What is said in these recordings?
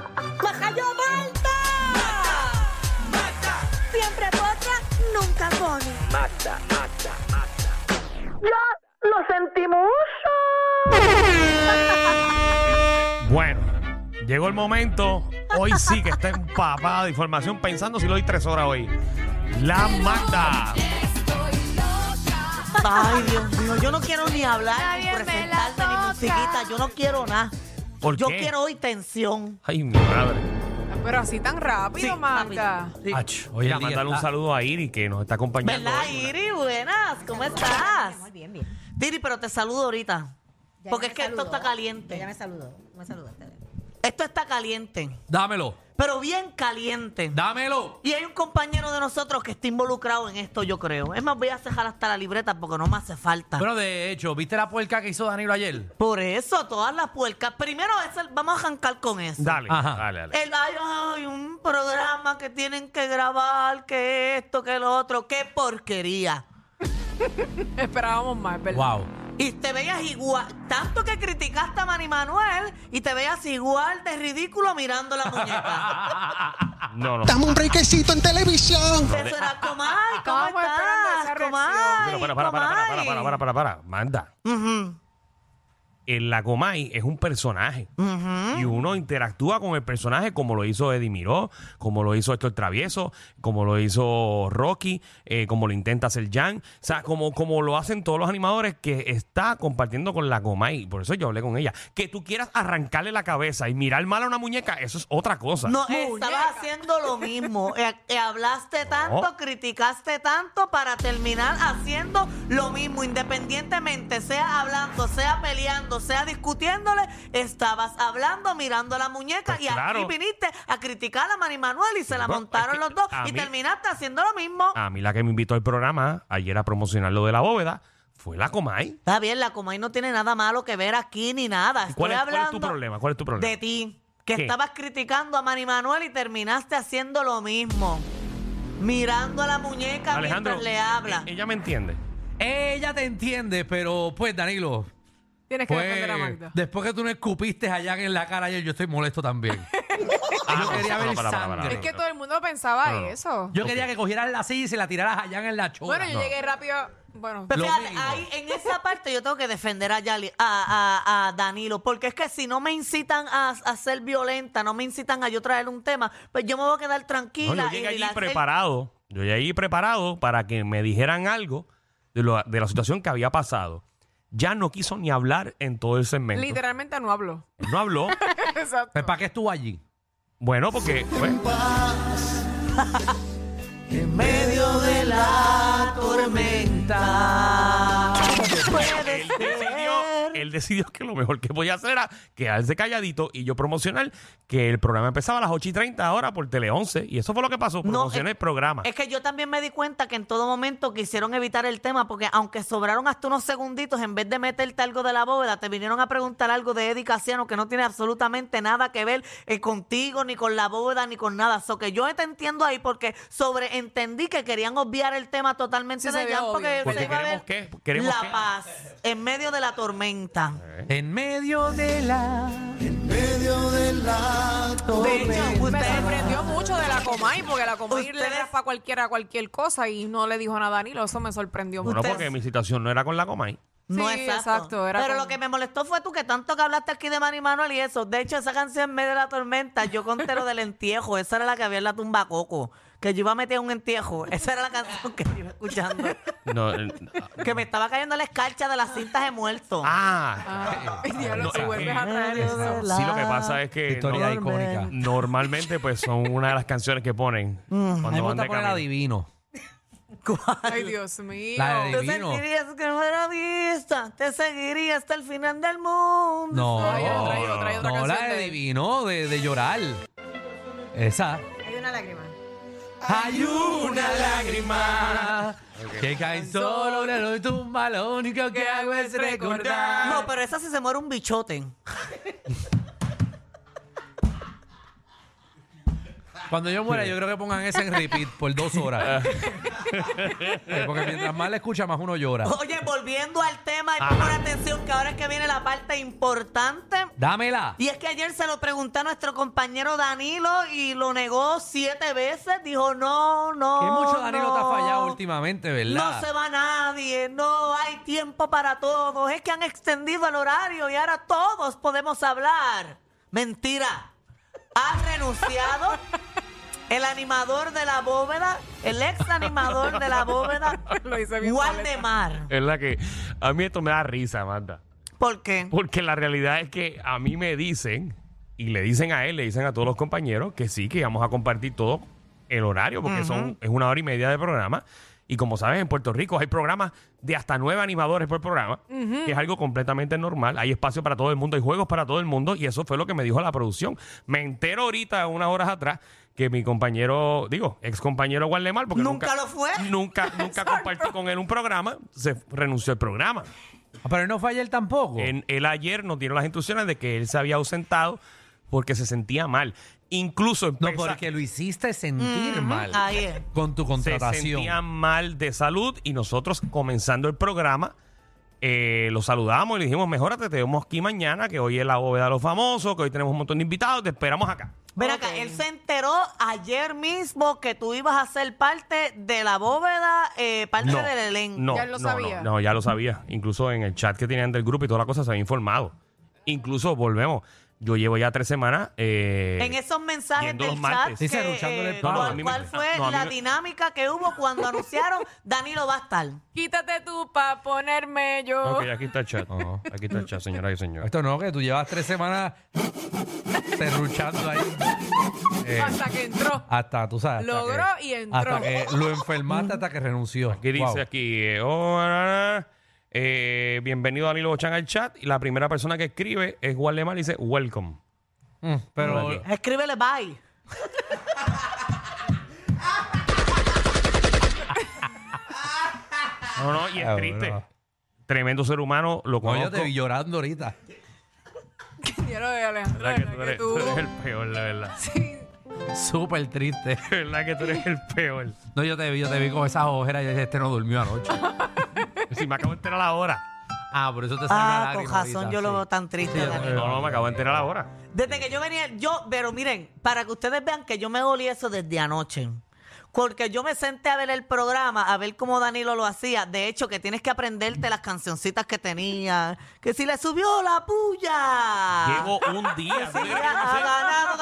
¡Majayo Malta! Siempre potra, nunca pone. ¡Ya lo sentimos! Bueno, llegó el momento. Hoy sí que está empapada de información pensando si lo doy tres horas hoy. La Magda. Ay, Dios mío, yo no quiero ni hablar, ni Está bien, me la presentarte, ni toca. musiquita, yo no quiero nada. ¿Por Yo qué? quiero hoy tensión. Ay, mi madre. Pero así tan rápido, Sí, Magda. Sí. Ach, hoy Voy a el día mandarle un está- saludo a Iri que nos está acompañando. ¿Verdad, hoy. Iri? Buenas, ¿cómo estás? Muy bien, bien. Diri, pero te saludo ahorita. Ya porque me es que esto saludó. está caliente. Ya me saludó. Me saludaste. Esto está caliente, Dámelo, pero bien caliente. dámelo. Y hay un compañero de nosotros que está involucrado en esto, yo creo. Es más, voy a cejar hasta la libreta porque no me hace falta. Bueno, de hecho, ¿viste la puerca que hizo Danilo ayer? Por eso, todas las puercas. Primero, es el- vamos a arrancar con eso. Dale, Ajá. dale, dale. El, ay, ay, un programa que tienen que grabar, que esto, que lo otro, qué porquería. Esperábamos más, ¿verdad? Wow. Y te veías igual, tanto que criticaste a Manny Manuel y te veías igual de ridículo mirando la muñeca. No, no. Dame un brequecito en televisión. Eso era Comay, ¿cómo Estábamos esperando estás? esa reacción. Comay, Pero para, para, para, para, para, Comay. para, para, para, para. Magda. Ujú, El Lagomay es un personaje. ujú. Y uno interactúa con el personaje como lo hizo Eddie Miró, como lo hizo Héctor Travieso, como lo hizo Rocky, eh, como lo intenta hacer Jan. O sea, como, como lo hacen todos los animadores que está compartiendo con la Gomay. Por eso yo hablé con ella. Que tú quieras arrancarle la cabeza y mirar mal a una muñeca, eso es otra cosa. No, Muñeca. estabas haciendo lo mismo. Eh, eh, hablaste tanto, No. criticaste tanto para terminar haciendo lo mismo. Independientemente, sea hablando, sea peleando, sea discutiéndole, estabas hablando, mirando la muñeca Pues y aquí claro. viniste a criticar a Mari Manuel y se la Bueno, montaron es que los dos a y mí- Ah. terminaste haciendo lo mismo. A mí la que me invitó al programa ayer a promocionar lo de la bóveda fue la Comay. Está bien, la Comay no tiene nada malo que ver aquí ni nada. Estoy ¿Cuál es, cuál hablando es tu problema? ¿Cuál es tu problema? de ti, que ¿Qué? estabas criticando a Mari Manuel y terminaste haciendo lo mismo. Mirando a la muñeca mientras le habla. e- ella me entiende. Ella te entiende, pero pues, Danilo, Tienes que pues, defender a Magda. después que tú no escupiste allá en la cara ayer, yo estoy molesto también. Ah, yo quería no, para, para, ver para, sangre. para. Es que todo el mundo pensaba No, no. eso. Yo quería que cogieras la silla y se la tiraras allá en la chora. bueno, yo No. llegué rápido. Bueno, Pero Lo fíjate, mismo. ahí, en esa parte yo tengo que defender a, Yali- a, a- a Danilo, porque es que si no me incitan a, a ser violenta, no me incitan a yo traer un tema, pues yo me voy a quedar No, tranquila. yo y llegué allí relax- preparado. Yo llegué allí preparado para que me dijeran algo de, lo- de la situación que había pasado. Ya no quiso ni hablar en todo el segmento. literalmente no hablo. No habló. Exacto. Pues, ¿para qué estuvo allí? bueno, porque pues, En medio de la tormenta. Puede él, decidió, ser. él decidió que lo mejor que podía hacer era quedarse calladito y yo promocionar que el programa empezaba a las 8 y 30 ahora por Tele 11. Y eso fue lo que pasó. No, Promocioné es- el programa. Es que yo también me di cuenta que en todo momento quisieron evitar el tema porque aunque sobraron hasta unos segunditos, en vez de meterte algo de la bóveda, te vinieron a preguntar algo de Eddie Casiano que no tiene absolutamente nada que ver eh, contigo, ni con la bóveda, ni con nada. So que yo te entiendo ahí porque sobreentendí que querían obviar el tema totalmente Sí, se de ve Jan obvio. porque, Porque se iba a ver queremos qué, queremos la qué. paz en medio de la tormenta. En medio de la... De hecho, Me ustedes- sorprendió mucho de la Comay, porque la Comay le Ustedes- raspa a cualquiera cualquier cosa y no le dijo nada a Danilo. Eso me sorprendió Bueno, pues, mucho. Ustedes- porque mi situación no era con la Comay. No, Sí, exacto. exacto, era Pero como- lo que me molestó fue tú que tanto que hablaste aquí de Manny Manuel y eso. De hecho, esa canción en medio de la tormenta, yo conté lo del entiejo. Esa era la que había en la tumba Coco. Que yo iba a meter un entiejo. Esa era la canción que yo iba escuchando. No, eh, que me estaba cayendo la escarcha de las cintas de muerto. ah, Ah, y diablo, No, si es vuelves que- a traer eso. Ah, sí, lo que pasa es que Historia no- icónica. normalmente pues son una de las canciones que ponen Mm, A mí cuando me van gusta de poner la camino. divino. eh, Ay, Dios mío. La de- Te divino. sentirías que no era vista, te seguiría hasta el final del mundo. No, Ay, otra, y otra, y otra no, canción la de de- divino, de, de llorar. Esa. Hay una lágrima. Hay una lágrima que cae solo en el tumba, lo único que hago es recordar. No, pero esa si se muere un bichote. Cuando yo muera, yo creo que pongan esa en repeat por dos horas. Eh, Porque mientras más la escucha, más uno llora. Oye, volviendo al tema y pon atención que ahora es que viene la parte importante Dámela. Y es que ayer se lo pregunté a nuestro compañero Danilo y lo negó siete veces. Dijo, no, no. que mucho Danilo te ha no. fallado últimamente, ¿verdad? No se va nadie, no hay tiempo para todos. Es que han extendido el horario y ahora todos podemos hablar. Mentira. Ha renunciado el animador de la bóveda, el ex animador de la bóveda, Lo hice bien Waldemar. Es la que a mí esto me da risa, Amanda. ¿Por qué? Porque la realidad es que a mí me dicen, y le dicen a él, le dicen a todos los compañeros, que sí, que vamos a compartir todo el horario, porque son, es una hora y media de programa. Y como sabes, en Puerto Rico hay programas de hasta nueve animadores por programa, que es algo completamente normal. Hay espacio para todo el mundo, hay juegos para todo el mundo, y eso fue lo que me dijo la producción. Me entero ahorita, unas horas atrás, que mi compañero, digo, ex compañero Guarlemar, porque Nunca lo fue. Nunca, nunca compartí con él un programa, se renunció al programa. Ah, Pero él no falla él tampoco. En- él ayer nos dieron las instrucciones de que él se había ausentado porque se sentía mal. Incluso No, empeza- porque lo hiciste sentir mal ahí es. con tu se contratación. sentía mal de salud y nosotros comenzando el programa eh, lo saludamos y le dijimos, mejorate, te vemos aquí mañana, que hoy es la bóveda de los famosos, que hoy tenemos un montón de invitados, te esperamos acá. Ven acá, él se enteró ayer mismo que tú ibas a ser parte de la bóveda, eh, parte del elenco. No, Ya lo no, no, sabía. No, ya lo sabía. Incluso en el chat que tenían del grupo y toda la cosa se había informado. Incluso, volvemos, yo llevo ya tres semanas... eh, en esos mensajes yendo del los martes. chat, Dice, que, ruchándole eh, el palo. No, no, a ¿cuál, mí me- cuál fue no, a mí la me- dinámica que hubo cuando anunciaron Danilo va a estar? Quítate tú para ponerme yo. Ok, aquí está el chat. Aquí está el chat, señoras y señores. Esto no, que tú llevas tres semanas serruchando ahí. Eh, Hasta que entró. hasta, tú sabes. hasta Logró que- y entró. Hasta que lo enfermaste hasta que renunció. ¿Qué dice Wow. aquí? eh, oh, na, na, eh, bienvenido Danilo Bochan al chat. Y la primera persona que escribe es Guarlemar y dice, welcome. Mm, pero Hola, Escríbele bye. No, no, y es Ah, triste. bueno. Tremendo ser humano, lo no, conozco. yo te vi llorando ahorita. Yo lo de Alejandro. La verdad que tú que eres, tú- tú eres el peor, la verdad. Sí. Súper triste. La verdad que tú eres el peor. No, yo te vi, yo te vi con esas ojeras. Yo dije, este no durmió anoche. Si me acabo de enterar ahora. Ah, por eso te salió la Ah, con lágrima razón, ahorita, yo lo sí. veo tan triste. Sí, yo Danilo. Eh, No, no, me acabo de enterar ahora. Desde que yo venía, yo, pero miren, para que ustedes vean que yo me olí eso desde anoche. Porque yo me senté a ver el programa, a ver cómo Danilo lo hacía. De hecho, que tienes que aprenderte las cancioncitas que tenía. Que si le subió la puya. Llevo un día. Sí, ha ganado, ganado,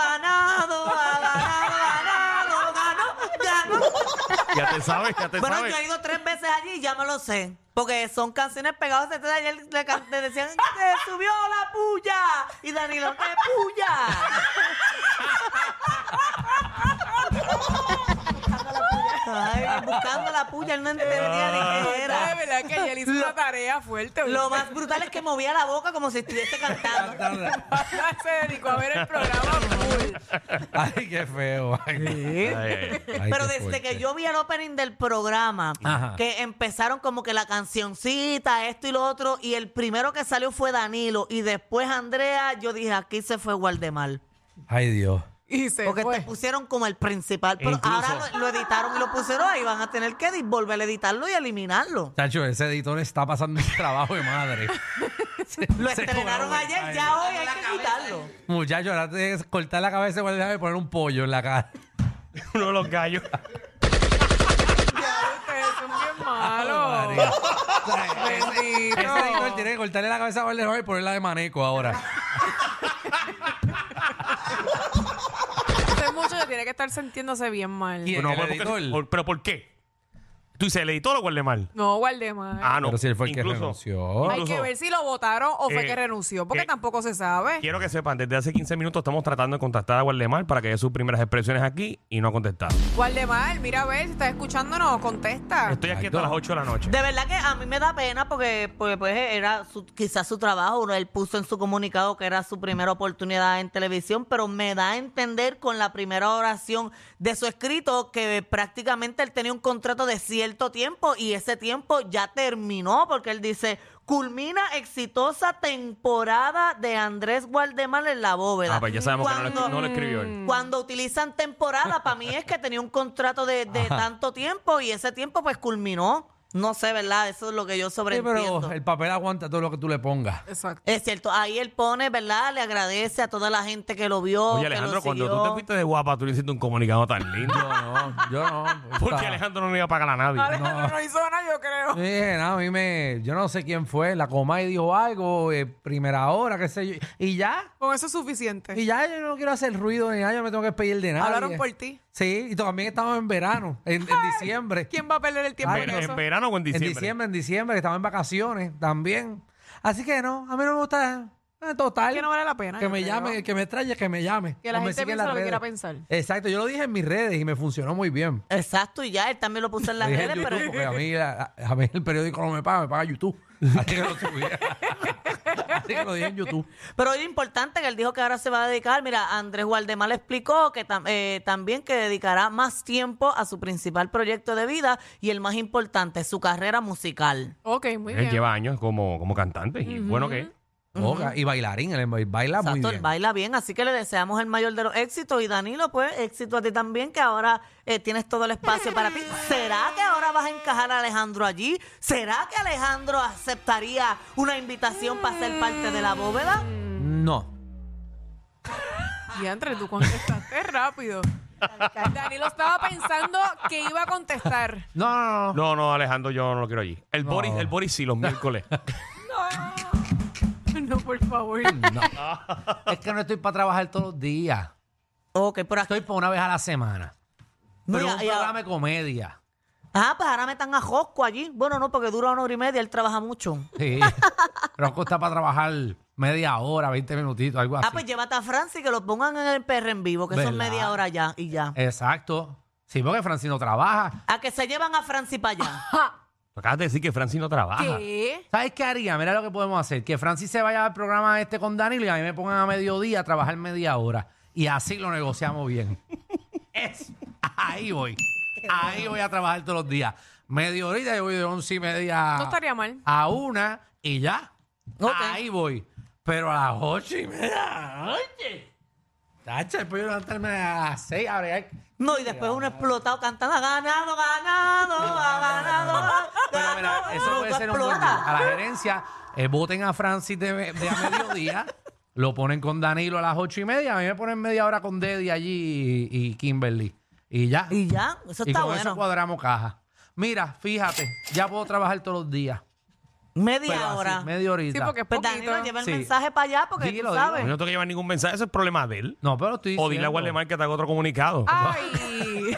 ha ganado, ganado, ganó, ganó. Ya te sabes, ya te Bueno, sabes. yo he ido tres veces allí y ya me lo sé. Porque son canciones pegadas. Entonces ayer le, can- le decían, te subió la puya. Y Danilo, ¿qué puya? Ay, buscando la puya, él no entendía ni qué De era. verdad que ayer hizo una tarea fuerte. ¿viste? Lo más brutal es que movía la boca como si estuviese cantando. Se dedicó a ver el programa full. Ay, qué feo. Ay, Ay, ay, ay. qué Pero desde fuerte. que yo vi el opening del programa, Ajá. que empezaron como que la cancioncita, esto y lo otro, y el primero que salió fue Danilo, y después Andrea, yo dije, aquí se fue Guardemar. Ay, Dios. Y se Porque te fue. pusieron como el principal, pero Incluso- ahora lo, lo editaron y lo pusieron ahí, van a tener que di- volver a editarlo y eliminarlo. Chacho, ese editor está pasando un trabajo de madre. Lo Se estrenaron cobró, ayer, ay. ya hoy hay que quitarlo. Muchacho, ahora te tienes que cortar la cabeza y poner un pollo en la cara. Uno de los gallos. Ya, ustedes son bien Ay, malos. Oh, María. O sea, ese- Bendito. Ese editor tiene que cortarle la cabeza a Valderrama y ponerla de maneco ahora. Usted es mucho que tiene que estar sintiéndose bien mal. ¿Quién? No, ¿El pero, ¿por qué, editor? por- pero ¿por qué? ¿Tú dices el editor o Guarlemar? No, Waldemar. Ah, no. Pero si él fue el que Incluso- renunció. Hay que incluso- ver si lo votaron o fue Eh, que renunció, porque eh, tampoco se sabe. Quiero que sepan, desde hace 15 minutos estamos tratando de contactar a Guardemar para que dé sus primeras expresiones aquí y no ha contestado. Waldemar, mira a ver si estás escuchándonos, contesta. Estoy aquí hasta las 8 de la noche. De verdad que a mí me da pena porque pues, pues, era su- quizás su trabajo, ¿no? él puso en su comunicado que era su primera oportunidad en televisión, pero me da a entender con la primera oración de su escrito que prácticamente él tenía un contrato de cierto tiempo y ese tiempo ya terminó porque él dice, culmina exitosa temporada de Andrés Guardemar en la bóveda. Ah, pues ya sabemos que no lo, Cuando- no lo escribió él. cuando utilizan temporada, para mí es que tenía un contrato de, de tanto tiempo y ese tiempo pues culminó. No sé, ¿verdad? Eso es lo que yo Sí, sobreentiendo. pero el papel aguanta todo lo que tú le pongas. Exacto. Es cierto, ahí él pone, ¿verdad? Le agradece a toda la gente que lo vio. Oye, que lo Alejandro, cuando tú siguió. te fuiste de guapa, tú le hiciste un comunicado tan lindo. Yo no, yo no. Porque Esta- Alejandro no le iba a pagar a nadie. Alejandro no hizo nada, yo creo. Yo dije, no, a mí me. Yo no sé quién fue. La coma y dijo algo, eh, primera hora, qué sé yo. Y ya. Con eso es suficiente. Y ya yo no quiero hacer ruido ni nada, yo me tengo que despedir de nada. Hablaron por ti. Sí, y también estamos en verano, en, en diciembre. ¿Quién va a perder el tiempo Ay, Ver- en no, ¿En eso? verano o en En diciembre? diciembre, en diciembre, que estamos en vacaciones también. Así que no, a mí no me gusta. eh, Total. Que no vale la pena. que yo me creo. llame, que me extrañe, que me llame. Que la O me gente siga en piensa las lo que redes. quiera pensar. Exacto, yo lo dije en mis redes y me funcionó muy bien. Exacto, y ya, él también lo puso en las Dije en redes, YouTube, pero... porque a mí, la- a mí el periódico no me paga, me paga YouTube. Así que lo subí. Así que lo dije en YouTube. Pero es importante que él dijo que ahora se va a dedicar. Mira, Andrés Gualdemar le explicó que tam- eh, también que dedicará más tiempo a su principal proyecto de vida y el más importante, su carrera musical. Ok, muy Él bien. lleva años como, como cantante y bueno que es. Oca, y bailarín, él baila muy Exacto, él bien. baila bien, así que le deseamos el mayor de los éxitos. Y Danilo, pues, éxito a ti también, que ahora eh, tienes todo el espacio para ti. ¿Será que ahora vas a encajar a Alejandro allí? ¿Será que Alejandro aceptaría una invitación para ser parte de la bóveda? No. Y Andrés, tú contestaste rápido. Danilo estaba pensando que iba a contestar. No, no, no. No, no, Alejandro, yo no lo quiero allí. El Boris, el Boris sí, los miércoles. No, por favor. no. es que no estoy para trabajar todos los días. Ok, pero aquí. Estoy para una vez a la semana. Pero Mira, es un y ahora- programa de comedia. Ah, pues ahora metan a Josco allí. Bueno, no, porque dura una hora y media, él trabaja mucho. Sí. Rosco está para trabajar media hora, 20 minutitos, algo así. Ah, pues llévate a Francis que lo pongan en el PR en vivo, que son ¿Verdad? media hora ya y ya. Exacto. Sí, porque Francino trabaja. A que se llevan a Francis para allá. Acabas de decir que Francis no trabaja. ¿Qué? ¿Sabes qué haría? Mira lo que podemos hacer. Que Francis se vaya al programa este con Danilo y a mí me pongan a mediodía a trabajar media hora. Y así lo negociamos bien. Eso. Ahí voy. Ahí voy a trabajar todos los días. Media horita yo voy de once y media No estaría mal. a una y ya. Ok. Ahí voy. Pero a las ocho y media. Oye. Tacha, después yo levantarme a las seis. A bregar. No, y después uno explotado cantando, ha ganado, ganado, ha ganado. ha Pero mira, ganado". eso puede Tú ser un buen explotas. deal. A la gerencia, eh, voten a Francis de, de a mediodía, lo ponen con Danilo a las ocho y media, a mí me ponen media hora con Deddy allí y, y Kimberly. Y ya. Y ya, eso Y está con bueno. eso cuadramos caja. Mira, fíjate, ya puedo trabajar todos los días. Media Pero así, hora. media horita. Sí, porque es Pues poquito. Danilo, lleva el Sí. mensaje para allá porque Dilo, tú dilo. Yo sabes. No tengo que llevar ningún mensaje, eso es problema de él. No, pero estoy O dile a diciendo. Guardemar que te haga otro comunicado. Ah, Ay.